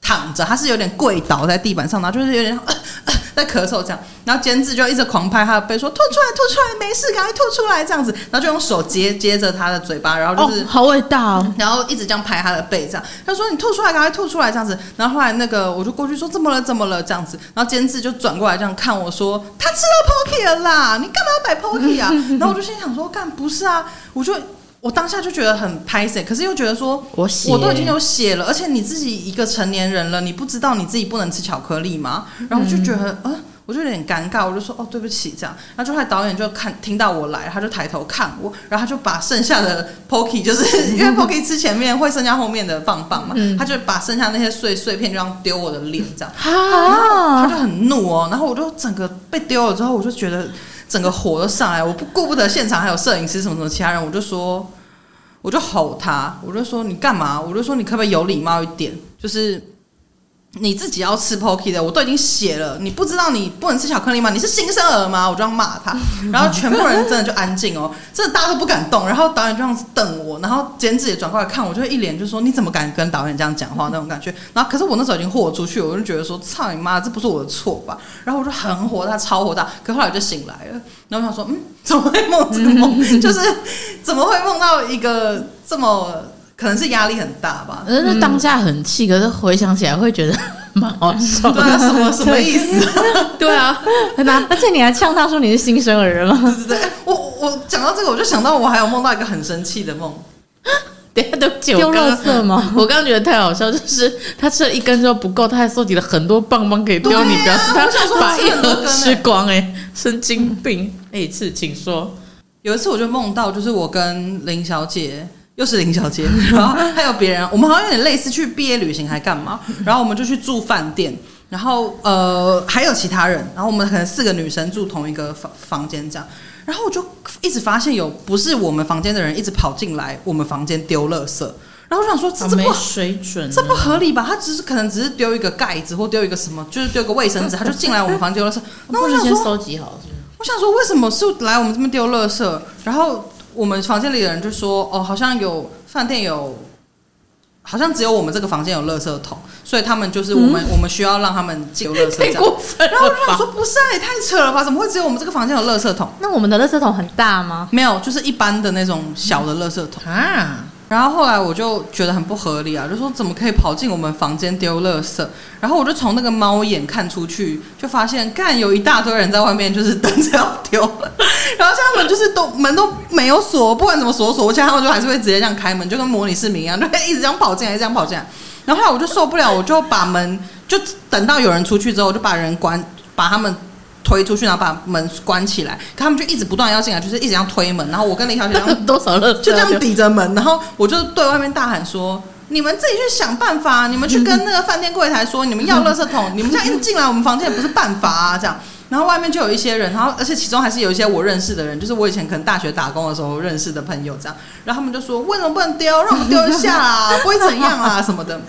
A: 躺着，他是有点跪倒在地板上，然后就是有点、呃呃在咳嗽这样，然后监制就一直狂拍他的背说吐出来吐出来，没事，赶快吐出来这样子，然后就用手接接着他的嘴巴，然后就是。
B: 哦，好伟大哦！
A: 然后一直这样拍他的背，这样他说你吐出来，赶快吐出来这样子。然后后来那个我就过去说怎么了怎么了这样子，然后监制就转过来这样看我说他吃了 Pocky 了啦，你干嘛要摆 Pocky 啊？ <laughs> 然后我就心想说干不是啊，我就我当下就觉得很拍谁，可是又觉得说
B: 我写，
A: 我都已经有写了，而且你自己一个成年人了，你不知道你自己不能吃巧克力吗？然后我就觉得，呃，我就有点尴尬，我就说，哦，对不起，这样。然后就后来导演就看听到我来，他就抬头看我，然后他就把剩下的 Pocky，就是因为 Pocky 吃前面会剩下后面的棒棒嘛，他就把剩下那些碎碎片就这样丢我的脸，这样。他
C: <laughs> 啊，
A: 就很怒哦，然后我就整个被丢了之后，我就觉得整个火都上来，我不顾不得现场还有摄影师什么什么其他人，我就说，我就吼他，我就说你干嘛？我就说你可不可以有礼貌一点？就是你自己要吃 Pocky 的，我都已经写了，你不知道你不能吃巧克力吗？你是新生儿吗？我就这样骂他，然后全部人真的就安静哦，真的大家都不敢动，然后导演就这样子瞪我，然后监制也转过来看我，就一脸就说你怎么敢跟导演这样讲话那种感觉。然后可是我那时候已经豁出去，我就觉得说操你妈，这不是我的错吧？然后我就很火大，超火大。可后来我就醒来了，然后我想说，嗯，怎么会梦这个梦？就是怎么会梦到一个这么可能是压力很大吧？
B: 可是那当下很气，可是回想起来会觉得 <laughs> 蛮好笑
A: 对
B: 的。
A: 啊，什么什么意思？
B: <laughs> 对
C: <laughs>
B: 啊，
C: 而且你还呛他说你是新生儿吗？ <laughs>
A: 对对对，我我讲到这个，我就想到我还有梦到一个很生气的梦。
B: <laughs> 等一下对不起，
C: 丢
B: 我刚
C: 垃
B: 刚
C: 圾吗？
B: <laughs> 我刚刚觉得太好笑，就是他吃了一根之后不够，他还收集了很多棒棒可以
A: 对
B: 丢
A: 啊
B: 你，表示他
A: 我想说他
B: 把
A: 吃
B: 一
A: 很多
B: 盒
A: 根
B: 吃
A: 欸
B: 光哎、神经病！那一次请说，
A: 有一次我就梦到，就是我跟林小姐，又是林小姐， <laughs> 然后还有别人，我们好像有点类似去毕业旅行还干嘛，然后我们就去住饭店，然后呃还有其他人，然后我们可能四个女生住同一个房房间这样，然后我就一直发现有不是我们房间的人一直跑进来我们房间丢垃圾，然后我想说这
B: 好
A: 这
B: 没
A: 不
B: 水准、啊，
A: 这不合理吧？他只是可能只是
B: <laughs>
A: 丢一个盖子或丢一个什么，就是丢一个卫生纸，他就进来我们房间丢垃圾，那
B: 不
A: 我
B: 是
A: 想
B: 先
A: 说
B: 收集好是不是？
A: 我我想说为什么是来我们这边丢垃圾？然后我们房间里的人就说，哦，好像有饭店有。好像只有我们这个房间有垃圾桶，所以他们就是我们，我们需要让他们进垃圾这
B: 嗯太
A: 样。
B: 过分
A: 然后我
B: 了
A: 就想
B: 吧？
A: 说，不是、啊，也太扯了吧？怎么会只有我们这个房间有垃圾桶？
C: 那我们的垃圾桶很大吗？
A: 没有，就是一般的那种小的垃圾桶。
B: 啊，
A: 然后后来我就觉得很不合理啊，就说怎么可以跑进我们房间丢垃圾？然后我就从那个猫眼看出去，就发现干有一大堆人在外面就是等着要丢， <laughs> 然后像他们就是都门都没有锁，不管怎么锁锁不起来，他们就还是会直接这样开门，就跟模拟市民一样，就会一直这样跑进来，一直这样跑进来。然后后来我就受不了，我就把门就等到有人出去之后，我就把人关，把他们。推出去，然后把门关起来，可他们就一直不断地要进来，就是一直这样推门。然后我跟林小姐这样
B: <laughs> 多少垃圾啊
A: 就这样
B: 丢
A: 抵着门，然后我就对外面大喊说：“你们自己去想办法，你们去跟那个饭店柜台说，你们要垃圾桶，你们这样一直进来我们房间也不是办法啊。”这样，然后外面就有一些人，然后而且其中还是有一些我认识的人，就是我以前可能大学打工的时候认识的朋友这样，然后他们就说：“为什么不能丢？让我们丢一下啦，不会怎样啦什么的。”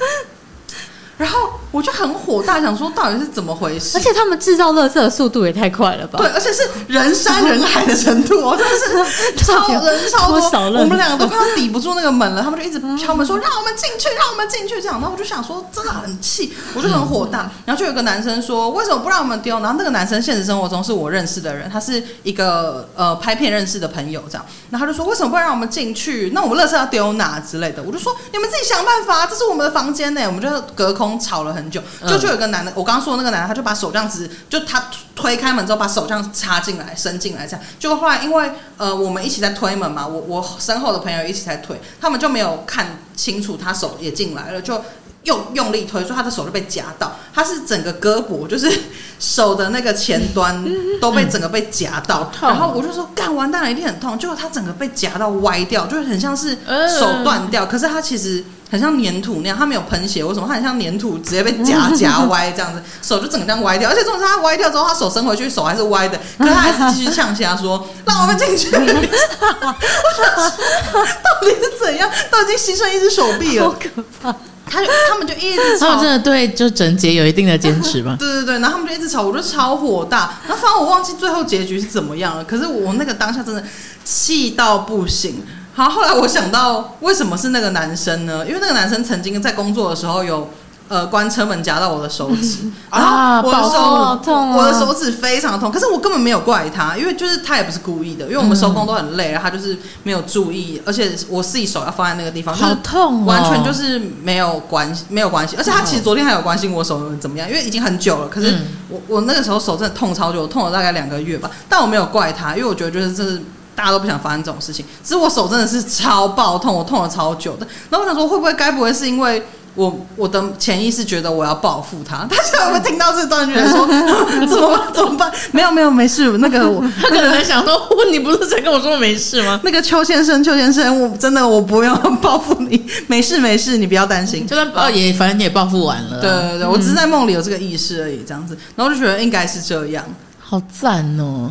A: 然后我就很火大，想说到底是怎么回事
C: 而？且他们制造垃圾的速度也太快了吧？ <laughs>
A: 对，而且是人山人海的程度，我真的是 <laughs> 超人超
C: 多
A: 多
C: 少，人
A: 我们两个都快要抵不住那个门了，他们就一直敲门说让我们进去，让我们进去这样，然后我就想说真的很气，我就很火大，然后就有一个男生说为什么不让我们丢？然后那个男生现实生活中是我认识的人，他是一个呃拍片认识的朋友这样，然后他就说为什么不让我们进去？那我们垃圾要丢哪之类的？我就说你们自己想办法，这是我们的房间呢，我们就隔空吵了很久，就
B: 嗯
A: 就有一个男的，我刚刚说的那个男的，他就把手这样子，就他推开门之后把手这样插进来，伸进来这样。结果后来因为呃我们一起在推门嘛，我我身后的朋友一起在推，他们就没有看清楚他手也进来了，就用用力推，所以他的手就被夹到，他是整个胳膊就是手的那个前端都被整个被夹到，
B: 痛
A: 然后我就说干完蛋了，一定很痛。结果他整个被夹到歪掉，就是很像是
B: 嗯
A: 手断掉，可是他其实很像粘土那样，他没有喷血或什么，他很像粘土直接被夹夹歪这
B: <laughs>
A: 样子，手就整个这样歪掉。而且重点是他歪掉之后，他手伸回去，手还是歪的，
B: 嗯
A: 可是他还是继续呛瞎说：“让我们进
B: <laughs>
A: 去。”我想说 <laughs> 到底是怎样？都已经牺牲一只手臂
C: 好
A: 了，
C: 可怕！
A: 他就他们就一直
B: 他
A: 吵？
B: 们真。的对就整洁有一定的坚持吧
A: 对对对，然后他们就一直吵，我就超火大。然后反正我忘记最后结局是怎么样了，可是我那个当下真的气到不行。好，后来我想到为什么是那个男生呢？因为那个男生曾经在工作的时候有呃关车门夹到我的手
C: <laughs>
A: 指，然
B: 啊
A: 后我的
B: 爆
A: 手、
C: 痛好痛啊
A: 我的手指非常痛，可是我根本没有怪他，因为就是他也不是故意的，因为我们收工都很累，然后他就是没有注意，而且我自己手要放在那个地方，就是
B: 好痛
A: <laughs>
B: 哦，
A: 完全就是没有关系，没有关系。而且他其实昨天还有关心我手怎么样，因为已经很久了。可是
B: 嗯
A: 我我那个时候手真的痛超久，我痛了大概两个月吧。但我没有怪他，因为我觉得就是这是大家都不想发生这种事情。只是我手真的是超爆痛，我痛了超久的。然后我想说，会不会该不会是因为？我我的潜意识觉得我要报复他，但是我们听到这段，觉得说 <laughs> 怎么办？怎么办？没有没有，没事。那个我
B: 他可能在想说，你不是才跟我说没事吗？
A: 那个邱先生，邱先生，我真的我不要报复你，没事没事，你不要担心。
B: 就算报也反正也报复完了啊，
A: 啊对对对，我只是在梦里有这个意识而已，这样子，然后就觉得应该是这样，
B: 好赞哦！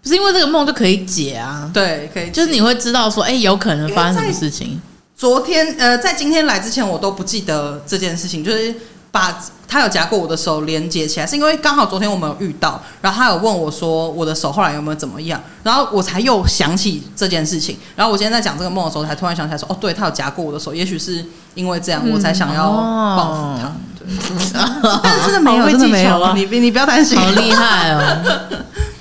B: 不是因为这个梦就可以解啊，
A: 对，可以。
B: 就是你会知道说，哎、有可能发生什么事情。
A: 昨天呃，在今天来之前，我都不记得这件事情，就是把他有夹过我的手连接起来，是因为刚好昨天我们有遇到，然后他有问我说我的手后来有没有怎么样，然后我才又想起这件事情，然后我今天在讲这个梦的时候，才突然想起来说，哦，对他有夹过我的手，也许是因为这样，我才想要报复他。
B: <laughs>
A: 对，嗯哦 <laughs> 但是真的没
C: 好
A: 有，
C: 会
A: 真的
C: 技
A: 没
C: 巧
A: 有，
C: 啊
A: 你别你不要担心，
B: 好厉
A: <laughs>
B: 害哦，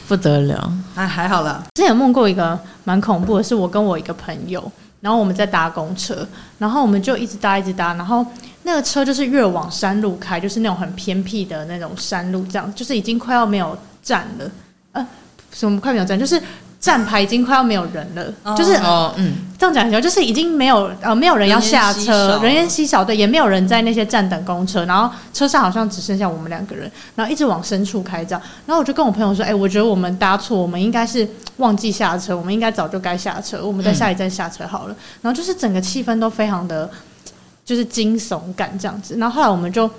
B: 不得了！
A: 哎，还好啦。
C: 之前有梦过一个蛮恐怖的，是我跟我一个朋友，然后我们在搭公车，然后我们就一直搭一直搭，然后那个车就是越往山路开，就是那种很偏僻的那种山路，这样就是已经快要没有站了，呃，什么快没有站，就是站牌已经快要没有人了，
A: 哦
C: 就是
B: 哦，嗯，
C: 这样讲起来，就是已经没有呃没有人要下
A: 人烟稀
C: 车
A: 少，
C: 人烟稀少，对，也没有人在那些站等公车，然后车上好像只剩下我们两个人，然后一直往深处开这样，然后我就跟我朋友说，哎、我觉得我们搭错，我们应该是忘记下车，我们应该早就该下车，我们在下一站下车好了，然后就是整个气氛都非常的就是惊悚感这样子，然后后来我们就。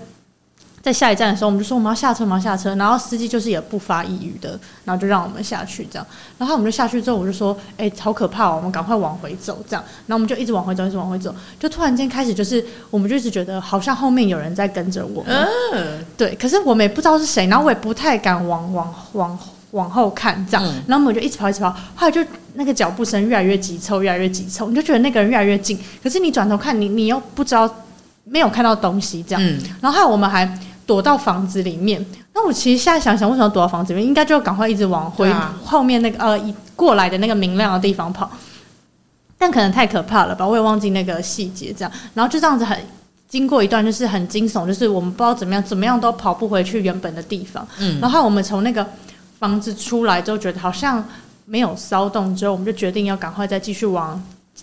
C: 在下一站的时候，我们就说我们要下车，我们要下车。然后司机就是也不发一语的，然后就让我们下去这样。然后我们就下去之后，我就说：“哎、好可怕、哦，我们赶快往回走。”这样，然后我们就一直往回走，一直往回走，就突然间开始就是，我们就一直觉得好像后面有人在跟着我们，对。可是我们也不知道是谁，然后我也不太敢往往往往后看这样，
B: 嗯
C: 然后我们就一直跑一直跑，后来就那个脚步声越来越急凑，越来越急凑，你就觉得那个人越来越近，可是你转头看你，你又不知道没有看到东西这样，
B: 嗯，
C: 然后还有我们还躲到房子里面。那我其实现在想想，为什么要躲到房子里面？应该就赶快一直往回、
B: 对啊
C: 后面那个呃一过来的那个明亮的地方跑。但可能太可怕了吧，我也忘记那个细节这样。然后就这样子很。经过一段就是很惊悚，就是我们不知道怎么样，怎么样都跑不回去原本的地方。
B: 嗯
C: 然后我们从那个房子出来之后，觉得好像没有骚动，之后我们就决定要赶快再继续往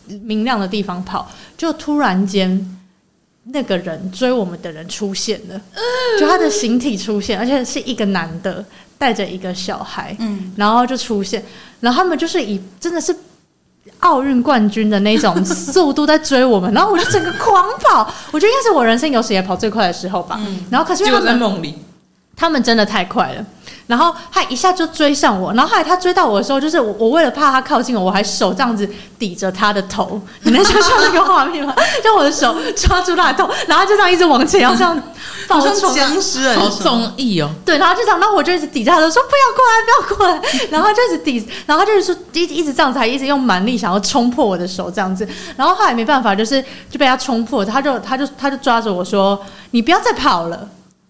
C: 明亮的地方跑。就突然间，那个人追我们的人出现了，就他的形体出现，而且是一个男的带着一个小孩，
A: 嗯，
C: 然后就出现，然后他们就是以真的是。奥运冠军的那种速度在追我们，然后我就整个狂跑，我觉得应该是我人生有史以来跑最快的时候吧。
A: 嗯
C: 然后可是因
B: 结
C: 为
B: 果
C: 他们
B: 在梦里，
C: 他们真的太快了。然后他一下就追上我，然后后来他追到我的时候，就是我我为了怕他靠近我，我还手这样子抵着他的头，你能想象那个画面吗？就我的手抓住他的头，然后他就这样一直往前，然后这样
A: 好
C: 暴
A: 像
C: 冲，
A: 僵尸人
B: 好综艺哦， <laughs>
C: 对，然后就这样，然后我就一直抵着他的头说不要过来，不要过来，然后他就一直抵，然后他就是说一直一直这样子，还一直用蛮力想要冲破我的手这样子，然后后来没办法，就是就被他冲破，他就他就他就抓着我说你不要再跑了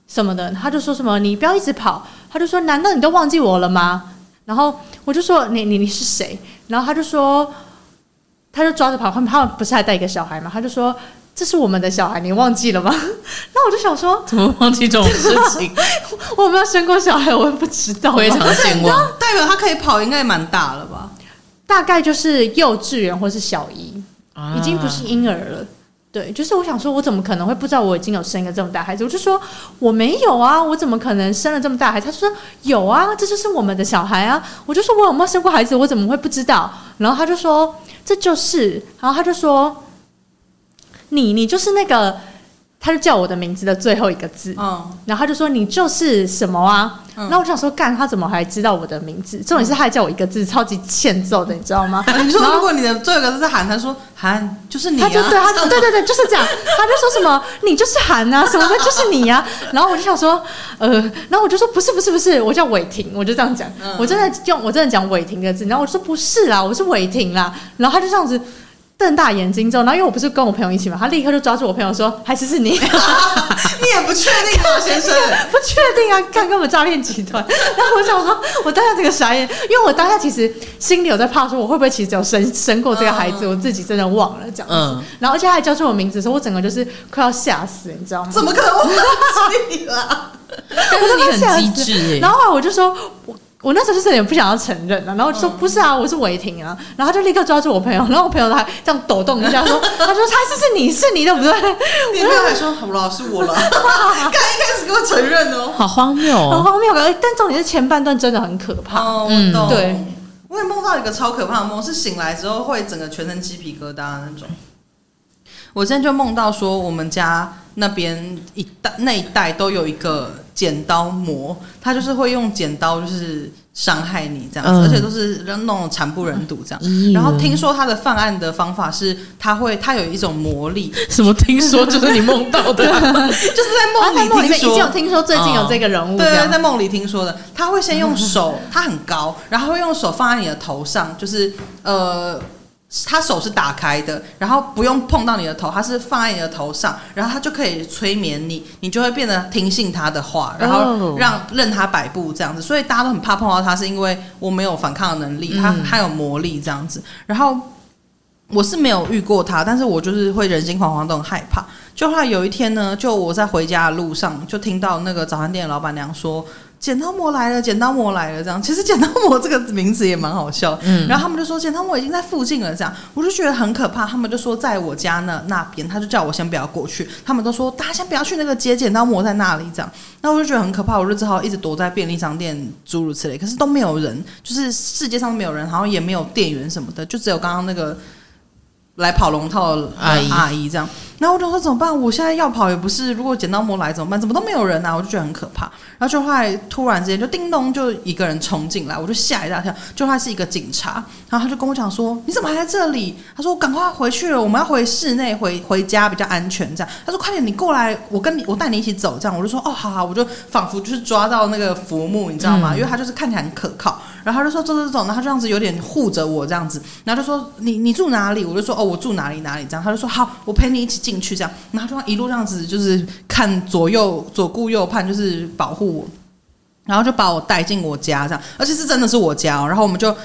C: 什么的，他就说什么你不要一直跑，他就说难道你都忘记我了吗？然后我就说你你你是谁？然后他就说他就抓着跑，他们他们不是还带一个小孩吗？他就说这是我们的小孩，你忘记了吗？那我就想说。
B: 怎么忘记这种事
A: <laughs>
B: 情？
C: 我没有生过小孩，我也不知道吧。
B: 非常健忘，
A: 代表他可以跑，应该也蛮大了吧？
C: 大概就是幼稚园或是小一，
B: 啊
C: 已经不是婴儿了。对，就是我想说，我怎么可能会不知道我已经有生一个这么大孩子？我就说我没有啊，我怎么可能生了这么大孩子？他说有啊，这就是我们的小孩啊。我就说我有没有生过孩子？我怎么会不知道？然后他就说这就是，然后他就说你你就是那个，他就叫我的名字的最后一个字。
A: 嗯，
C: 然后他就说你就是什么啊？
A: 嗯
C: 然后我就想说，干他怎么还知道我的名字？重点是他还叫我一个字，超级欠揍的，你知道吗？
A: <laughs> 你啊说
C: 然后
A: 如果你的最后一个字是喊，他说喊就是你、啊，
C: 他就对他就对对对，就是这样。他就说什么你就是韩啊，什么的就是你啊。然后我就想说，呃，然后我就说不是不是不是，我叫伟霆，我就这样讲，
A: 嗯
C: 我真的用我真的讲伟霆的字。然后我就说不是啦，我是伟霆啦。然后他就这样子。瞪大眼睛之后，然后因为我不是跟我朋友一起嘛，他立刻就抓住我朋友说：“还是是你。”
A: <laughs> 你也不确定啊，先 <laughs> 生。
C: <laughs> 不确定啊，看根本诈骗集
B: <laughs>
C: 团。然后我想说，我当下这个傻眼，因为我当下其实心里有在怕，说我会不会其实只有生生过这个孩子，我自己真的忘了这样子。
B: 嗯
C: 然后而且他还叫出我名字的时候，我整个就是快要吓死，你知道吗？
A: 怎么可能忘记了？
B: 但是你很机智
C: 然
B: 哎，
C: 后后来我就说，我我那时候就是有点不想要承认了、然后我就说、
B: 嗯
C: 不是啊，我是违停啊，然后他就立刻抓住我朋友，然后我朋友他还这样抖动一
B: <laughs>
C: 下说，他说他是是你是你对不
A: <laughs>
C: 对？
B: 哦
A: 你朋友还说好了，是我了， <laughs> 刚一开始给我承认哦。
B: 好荒谬
C: 很
B: 哦，
C: 荒谬，哎但重点是前半段真的很可怕。
A: 哦，
B: 嗯
A: 我懂。
C: 对，
A: 我也梦到一个超可怕的梦，是醒来之后会整个全身鸡皮疙瘩的那种。我之前就梦到说，我们家那边一带那一带都有一个剪刀魔，他就是会用剪刀就是伤害你这样子，
B: 嗯
A: 而且都是让弄得惨不忍睹这样。
C: 嗯
B: 咦
A: 然后听说他的犯案的方法是，他会他有一种魔力，
B: <laughs>
A: <laughs>
B: 什么？听说就是你梦到的，
A: 就是在
C: 啊，在梦
A: 梦
C: 里
A: 里
C: 面
A: 听
C: 已经有
A: 说。
C: 听说最近有这个人物，
A: 对
C: 这样
A: 对，在梦里听说的，他会先用
C: <laughs>
A: 手，他很高，然后会用手放在你的头上，就是呃，他手是打开的，然后不用碰到你的头，他是放在你的头上，然后他就可以催眠你，你就会变得听信他的话，然
B: 哦
A: 后让任他摆布这样子。所以大家都很怕碰到他，是因为我没有反抗的能力，他
B: 嗯
A: 他有魔力这样子，然后。我是没有遇过他，但是我就是会人心惶惶，都很害怕。就后来有一天呢，就我在回家的路上，就听到那个早餐店的老板娘说：“剪刀魔来了，剪刀魔来了。”这样，其实“剪刀魔”这个名字也蛮好笑。
B: 嗯
A: 然后他们就说：“剪刀魔已经在附近了。”这样，我就觉得很可怕。他们就说在我家那那边，他就叫我先不要过去。他们都说大家先不要去那个街，剪刀魔在那里。这样，那我就觉得很可怕，我就只好一直躲在便利商店，诸如此类。可是都没有人，就是世界上都没有人，好像也没有店员什么的，就只有刚刚那个来跑龙套的
B: 阿姨
A: 阿姨这样。然后我就想说怎么办？我现在要跑也不是，如果剪刀魔来怎么办？怎么都没有人啊！我就觉得很可怕。然后就后来突然之间就叮咚，就一个人冲进来，我就吓一大跳。就他是一个警察，然后他就跟我讲说：“你怎么还在这里？”他说：“我赶快回去了，我们要回室内回回家比较安全。”这样他说：“快点，你过来，我跟你我带你一起走。”这样我就说：“哦，好好。”我就仿佛就是抓到那个浮木，你知道吗？
B: 嗯
A: 因为他就是看起来很可靠。然后他就说：“走走走。”然后他就这样子有点护着我这样子，然后就说：“你你住哪里？”我就说：“哦，我住哪里哪里。”这样他就说：“好，我陪你一起进去。”这样，然后就这样一路这样子就是看左右左顾右盼，就是保护我。然后就把我带进我家，这样，而且是真的是我家、哦。然后我们就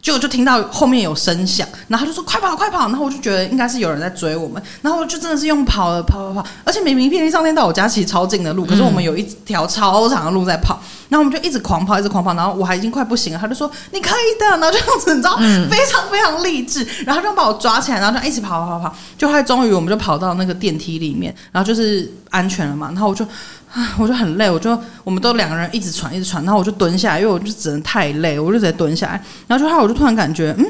A: 就就听到后面有声响，然后他就说快跑快跑，然后我就觉得应该是有人在追我们，然后我就真的是用跑的跑跑跑，而且明明便利商店到我家其实超近的路，可是我们有一条超长的路在跑，然后我们就一直狂跑一直狂跑，然后我还已经快不行了，他就说你可以的，然后就这样子，你知道，非常非常励志，然后就把我抓起来，然后就一直跑跑跑跑，就后来终于我们就跑到那个电梯里面，然后就是安全了嘛，然后我就啊，我就很累，我就我们都两个人一直喘一直喘，然后我就蹲下来，因为我就只能太累，我就直接蹲下来，然后就后来我就突然感觉，嗯，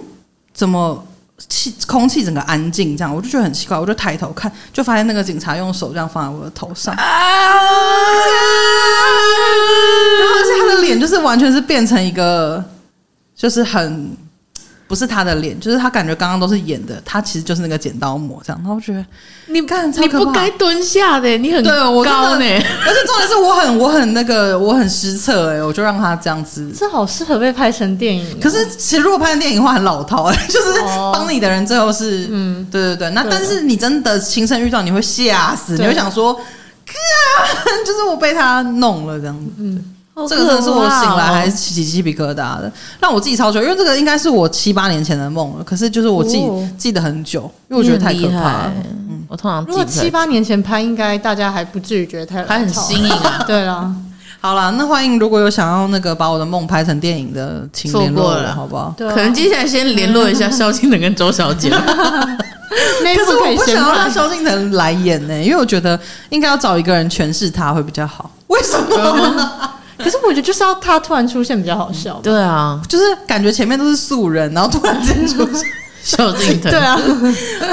A: 怎么气空气整个安静这样，我就觉得很奇怪，我就抬头看，就发现那个警察用手这样放在我的头
B: <laughs>
A: 上，
B: 啊
A: 然后而且他的脸就是完全是变成一个，就是很不是他的脸，就是他感觉刚刚都是演的，他其实就是那个剪刀魔这样，然后我觉得
B: 你
A: 干超
B: 你
A: 可怕
B: 不该蹲下的，你很
A: 对我真的
B: 高呢。
A: 而且重点是我很我很那个我很失策哎、我就让他这样子。
C: 这好适合被拍成电影哦、
A: 可是其实如果拍成电影的话很老套 <laughs> 哎、就是
C: 哦
A: 帮你的人最后是，
C: 嗯
A: 对对对。那
C: 对
A: 但是你真的亲身遇到，你会吓死，你
C: 对
A: 会想说， <laughs> 啊，就是我被他弄了这样子。
C: 嗯，
A: 这个真的是
B: 哦
A: 我醒来还
C: 是
A: 是起起鸡皮疙瘩的，让我自己超久，因为这个应该是我七八年前的梦了。可是就是我记、
C: 哦
A: 记得很久，因为我觉得太可怕了嗯
B: 你很厉害。我通常
C: 如果
B: 记不太
C: 七八年前拍，应该大家还不至于觉得太老套
B: 还很新颖啊，
C: 对啦，
A: 好啦，那欢迎如果有想要那个把我的梦拍成电影的，请
B: 错
A: 联络
B: 过
A: 我
B: 了
A: 好不好？
C: 对啊，
B: 可能接下来先联络一下萧敬腾跟周小姐吧。
C: 那
A: 哎
C: 一
A: 可
C: 部
A: 是
C: 可
A: 我
C: 以
A: 不
C: 先
A: 想要
C: 拍
A: 让萧敬腾来演呢、因为我觉得应该要找一个人诠释他会比较好。为什么？
C: 可是我觉得就是要他突然出现比较好笑。
B: <laughs> 对啊，
A: <laughs> 就是感觉前面都是素人，然后突然间出现，
B: 萧敬腾，
C: 对，啊，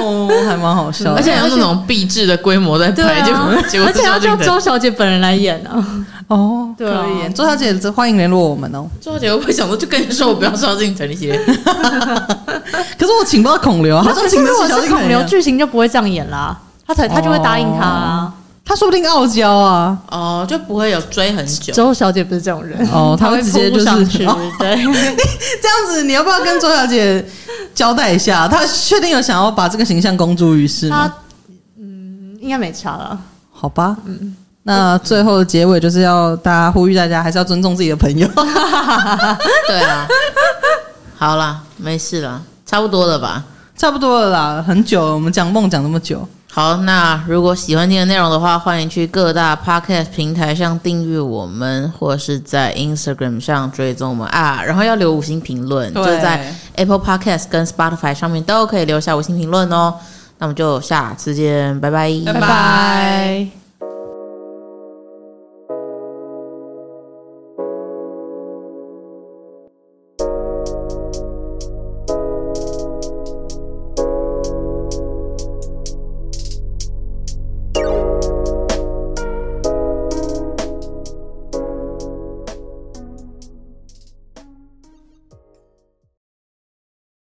A: 哦，还蛮好笑的。
B: 而且还有那种壁制的规模在
A: <laughs>
C: 对
B: 拍，结
C: 啊
B: 果结，果
C: 而
B: 是
C: 且要
B: 萧
C: 叫
B: 敬
C: 周
B: 腾。
C: 小姐本人来演啊。
A: 哦，
C: 对啊
A: 可以耶。周小姐，欢迎联络我们哦。
B: 周小姐会不会想说，就跟你说我不要萧敬腾一些？
A: 可是我请不到孔刘啊，好
C: 可
A: 像
C: 是
A: 请得
C: 如果
A: 起萧
C: 是
A: 敬
C: 孔
A: 腾
C: 刘
A: 耶。
C: 剧情就不会这样演啦，他才他就会答应他啊。
A: 他说不定傲娇啊。
B: <laughs> 哦，就不会有追很久。
C: 周小姐不是这种人
A: 哦
C: 她
A: 她会直接就是
C: 扑上去
A: 哦，
C: <laughs> 对，
A: 这样子，你要不要跟周小姐交代一下？她确定有想要把这个形象公诸于世吗？
C: 她嗯应该没差了。
A: 好吧，嗯。那最后的结尾就是要大家呼吁大家，还是要尊重自己的朋友。
B: <laughs> 对啊，好啦，没事啦，差不多了吧？
A: 差不多了啦，很久了，我们讲梦讲那么久，
B: 好，那如果喜欢今天的内容的话，欢迎去各大 podcast 平台上订阅我们，或是在 Instagram 上追踪我们啊。然后要留五星评论，就
A: 对
B: 在 Apple Podcast 跟 Spotify 上面都可以留下五星评论哦。那我们就下次见，拜拜，
A: 拜
C: 拜拜。